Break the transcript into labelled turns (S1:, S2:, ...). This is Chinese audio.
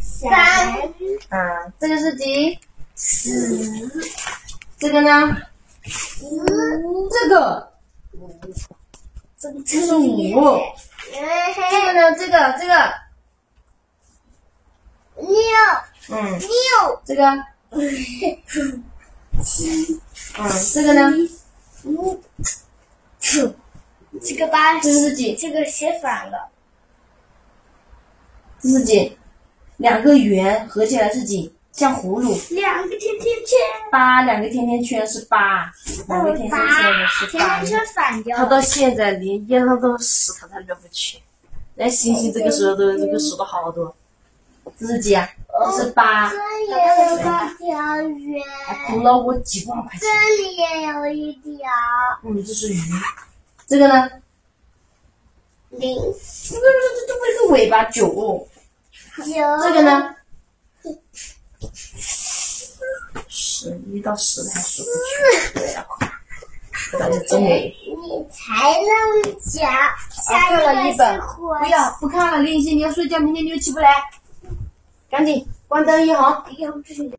S1: 三，
S2: 啊，这个是几？十。这个呢？这个，这个这是五。这个呢？这个这个，
S1: 六
S2: 嗯，
S1: 六
S2: 这个，
S1: 七
S2: 嗯，这个呢？
S1: 五，这个八
S2: 这是几？
S1: 这个写反了，
S2: 这是几？两个圆合起来是几？像葫芦。
S1: 两个甜甜圈，
S2: 八，两个甜甜圈是八，两个甜甜圈是
S1: 甜
S2: 哦八
S1: 甜。圈反掉
S3: 他
S1: 了，
S3: 到现在连烟上都死，他才认不全。人家星星这个时候都这个数了好多，
S2: 这是几啊？这是八。
S1: 哦这也有一条圆，
S2: 补了我几万块钱。
S1: 这里也有一条
S2: 嗯，这是鱼。这个呢？
S1: 零
S2: 这个这这么一个尾巴九。
S1: 九，
S2: 这个呢？
S3: 十一到十还数不全，对呀，感觉真没。
S1: 你才能讲。下
S2: 看啊了
S1: 一
S2: 一
S1: 个
S2: 本
S1: 是火
S2: 不要，不看了，练习，你要睡觉，明天你又起不来。赶紧关灯一好。
S1: 要不是